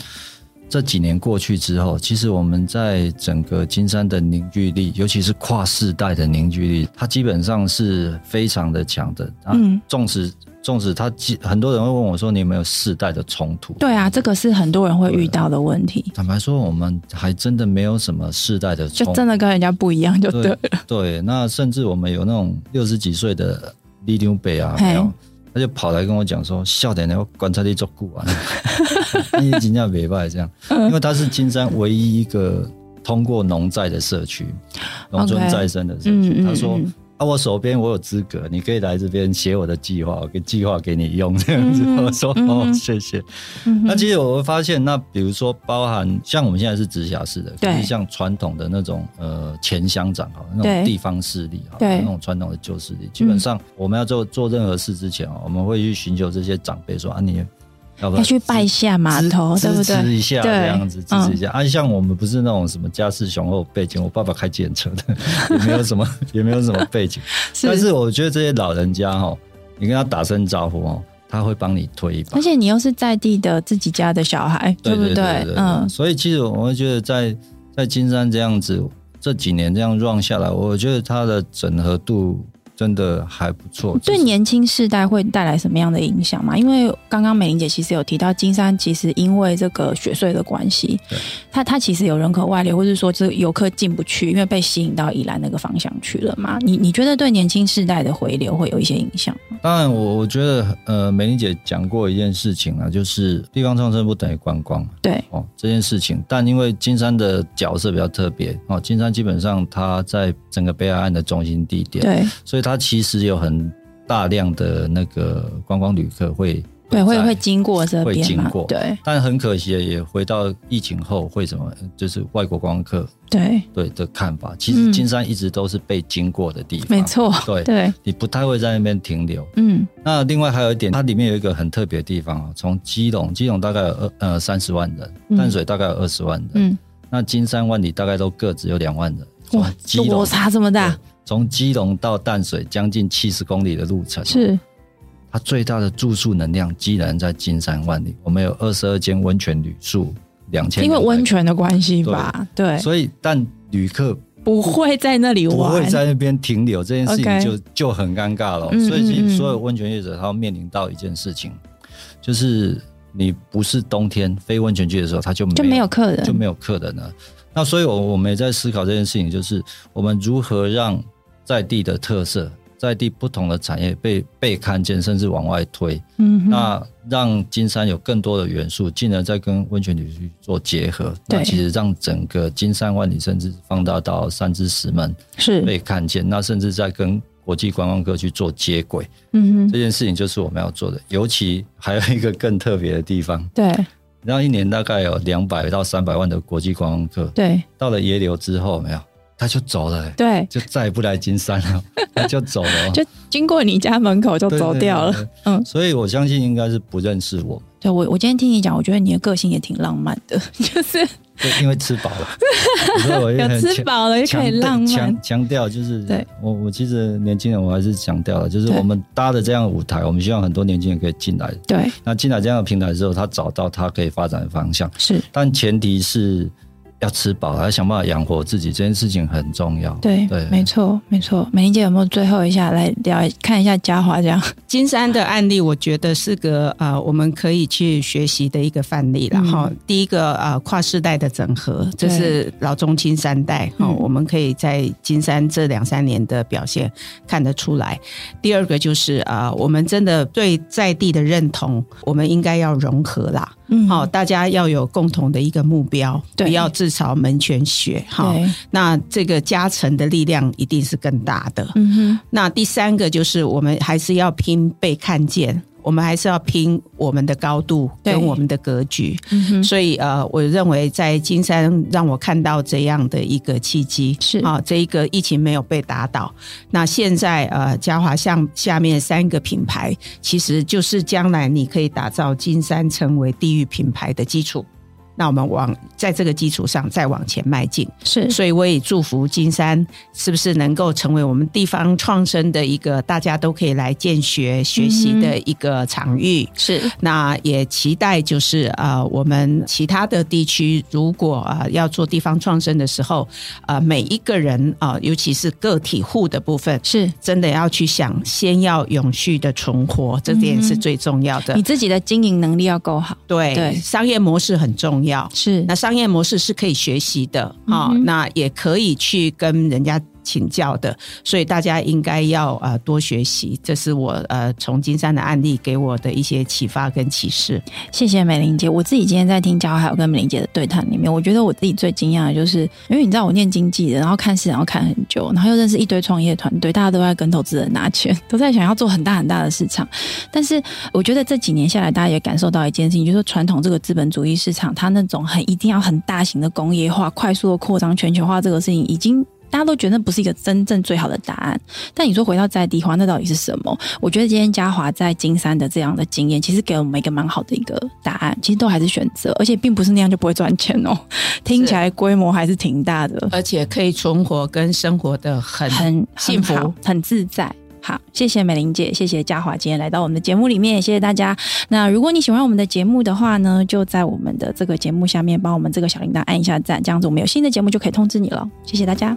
A: 这几年过去之后，其实我们在整个金山的凝聚力，尤其是跨世代的凝聚力，它基本上是非常的强的。啊
C: 嗯，
A: 纵使纵使它基，很多人会问我说，你有没有世代的冲突？
C: 对啊，这个是很多人会遇到的问题，
A: 坦白说，我们还真的没有什么世代的冲
C: 就
A: 突。
C: 真的跟人家不一样，就对了。
A: 哦对，那甚至我们有那种六十几岁的李丢北啊，
C: 嘿
A: 没有，他就跑来跟我讲说：“笑点呢，我观察力足够 啊，你金价没败这样。”
C: 嗯
A: 因为他是金山唯一一个通过农寨的社区，农村
C: OK
A: 再生的社
C: 嗯
A: 区。
C: 嗯
A: 他说
C: 嗯：“
A: 啊，我手边我有资格，你可以来这边写我的计划，我给计划给你用这样子。
C: 嗯哼
A: 我说：“
C: 嗯
A: 哦
C: 哼，
A: 谢谢。”
C: 嗯哼
A: 那其实我会发现，那比如说包含像我们现在是直辖市的，
C: 对
A: 可是像传统的那种呃前乡长哈，那
C: 对
A: 种地方势力哈，
C: 对嗯
A: 那种传统的旧势力，基本上我们要做做任何事之前哦，我们会去寻求这些长辈说啊，你要不
C: 要去拜下码
A: 支
C: 头，对
A: 支
C: 不
A: 持
C: 对？
A: 一下
C: 对嗯
A: 这样子，支持一下。啊，像我们不是那种什么家世雄厚背景，我爸爸开计程车 的，也没有什么也没有什么背景，但是我觉得这些老人家哈，你跟他打声招呼哦，他会帮你推一把
C: 而。且你又是在地的自己家的小孩，
A: 对
C: 不
A: 对对对，
C: 嗯
A: 嗯，，所以其实我会觉得在在金山这样子这几年这样 run 下来，我觉得它的整合度真的还不错。
C: 对
A: 就是
C: 年轻世代会带来什么样的影响吗？因为刚刚美玲姐其实有提到，金山其实因为这个雪隧的关系
A: 对，
C: 它它其实有人口外流，或者说这游客进不去，因为被吸引到宜兰那个方向去了嘛。你你觉得对年轻世代的回流会有一些影响吗？
A: 当然我，我觉得呃，美玲姐讲过一件事情啊，就是地方创生不等于观光
C: 对，
A: 哦这件事情。但因为金山的角色比较特别哦，金山基本上它在整个北海岸的中心地点，
C: 对
A: 所以它其实有很大量的那个观光旅客会
C: 对，会
A: 在
C: 会经过这
A: 会
C: 边
A: 经
C: 嘛
A: 过？
C: 对
A: 但很可惜，也回到疫情后会什么，就是外国观光客
C: 对，
A: 对的看法。其
C: 嗯
A: 实金山一直都是被经过的地方，
C: 没，错，
A: 对
C: 对，
A: 你不太会在那边停留。
C: 嗯，
A: 那另外还有一点，它里面有一个很特别的地方哦，从基隆，基隆大概有二呃三十万
C: 嗯
A: 人，淡水大概有二十万人，
C: 嗯
A: 那金山万里大概都各只有两万人，从
C: 哇，
A: 基隆
C: 落差这么大
A: 对，从基隆到淡水将近七十公里的路程，
C: 是
A: 它最大的住宿能量既然在金山万里，我们有二十二间温泉旅宿，两千
C: 因为温泉的关系吧？对，
A: 所以，但旅客
C: 不会在那里
A: 不
C: 玩
A: 会，在那边停留，这件事情
C: OK
A: 就就很尴尬了。
C: 嗯
A: 所以，其
C: 嗯嗯
A: 实所有温泉业者他要面临到一件事情，就是你不是冬天非温泉季的时候，他就没
C: 就没有客人，
A: 就没有客人了。那所以我，我们也在思考这件事情，就是我们如何让在地的特色在地不同的产业被被看见，甚至往外推，
C: 嗯哼，
A: 那让金山有更多的元素，进而再跟温泉旅去做结合。那
C: 对
A: 其实让整个金山万里，甚至放大到三至石门
C: 是，
A: 被看见，那甚至在跟国际观光客去做接轨，
C: 嗯哼，
A: 这件事情就是我们要做的。尤其还有一个更特别的地方，
C: 对
A: 然后一年大概有两百到三百万的国际观光客，
C: 对
A: 到了野柳之后，有没有他就走了、欸
C: 对，
A: 就再也不来金山 了，他就走了哦、
C: 就经过你家门口就
A: 对
C: 走掉了。。
A: 对对对
C: 嗯
A: 所以我相信应该是不认识我，
C: 对我，我今天听你讲，我觉得你的个性也挺浪漫的， 就是
A: 就因为吃饱 了。所以我就
C: 有
A: 很
C: 吃饱了就
A: 强
C: 可以浪
A: 强
C: 漫
A: 强。强调就是，
C: 对
A: 我我其实年轻人我还是强调了，就是
C: 对
A: 我们搭的这样的舞台，我们希望很多年轻人可以进来。
C: 对，
A: 那进来这样的平台之后，他找到他可以发展的方向，
C: 是，
A: 但前提是要吃饱，要想办法养活自己，这件事情很重要。
C: 对，
A: 对，
C: 没错，没错。美玲姐有没有最后一下来聊看一下嘉 华这样？
D: 金山的案例，我觉得是个呃，我们可以去学习的一个范例了
C: 嗯
D: 哈、第一个呃，跨世代的整合，这
C: 对
D: 是老中青三代哈、
C: 嗯
D: 我们可以在金山这两三年的表现看得出来。第二个就是啊、呃我们真的对在地的认同，我们应该要融合啦。
C: 嗯
D: 好、，大家要有共同的一个目标，
C: 对
D: 不要自嘲门前雪哈。
C: 对，
D: 那这个加成的力量一定是更大的。
C: 嗯哼，
D: 那第三个就是我们还是要拼被看见，我们还是要拼我们的高度
C: 对
D: 跟我们的格局。
C: 嗯哼，
D: 所以呃，我认为在金山让我看到这样的一个契机，
C: 是
D: 啊，这一个疫情没有被打倒。那现在呃，嘉华项下面三个品牌，其实就是将来你可以打造金山成为地域品牌的基础。那我们往在这个基础上再往前迈进。
C: 是，
D: 所以我也祝福金山是不是能够成为我们地方创生的一个大家都可以来见学学习的一个场域。
C: 是，
D: 那也期待就是呃，我们其他的地区如果啊、呃要做地方创生的时候，呃，每一个人啊、呃尤其是个体户的部分，
C: 是。
D: 真的要去想，先要永续的存活，这点是最重要的。
C: 你自己的经营能力要够好，
D: 对，
C: 对
D: 商业模式很重要。
C: 是
D: 那商业模式是可以学习的啊、那也可以去跟人家请教的，所以大家应该要呃多学习，这是我呃从金山的案例给我的一些启发跟启示。
C: 谢谢美玲姐。我自己今天在听焦还有跟美玲姐的对谈里面，我觉得我自己最惊讶的就是，因为你知道我念经济的，然后看市场要看很久，然后又认识一堆创业团队，大家都在跟投资人拿钱，都在想要做很大很大的市场。但是我觉得这几年下来，大家也感受到一件事情，就是说传统这个资本主义市场，它那种很一定要很大型的工业化、快速的扩张、全球化这个事情，已经。大家都觉得那不是一个真正最好的答案，但你说回到在地化，那到底是什么？我觉得今天嘉华在金山的这样的经验，其实给我们一个蛮好的一个答案。其实都还是选择，而且并不是那样就不会赚钱哦。听起来规模还是挺大的，
D: 而且可以存活跟生活的很
C: 很
D: 幸福
C: 很好很自在。好，谢谢美玲姐，谢谢嘉华今天来到我们的节目里面，谢谢大家。那如果你喜欢我们的节目的话呢，就在我们的这个节目下面帮我们这个小铃铛按一下赞，这样子我们有新的节目就可以通知你了。谢谢大家。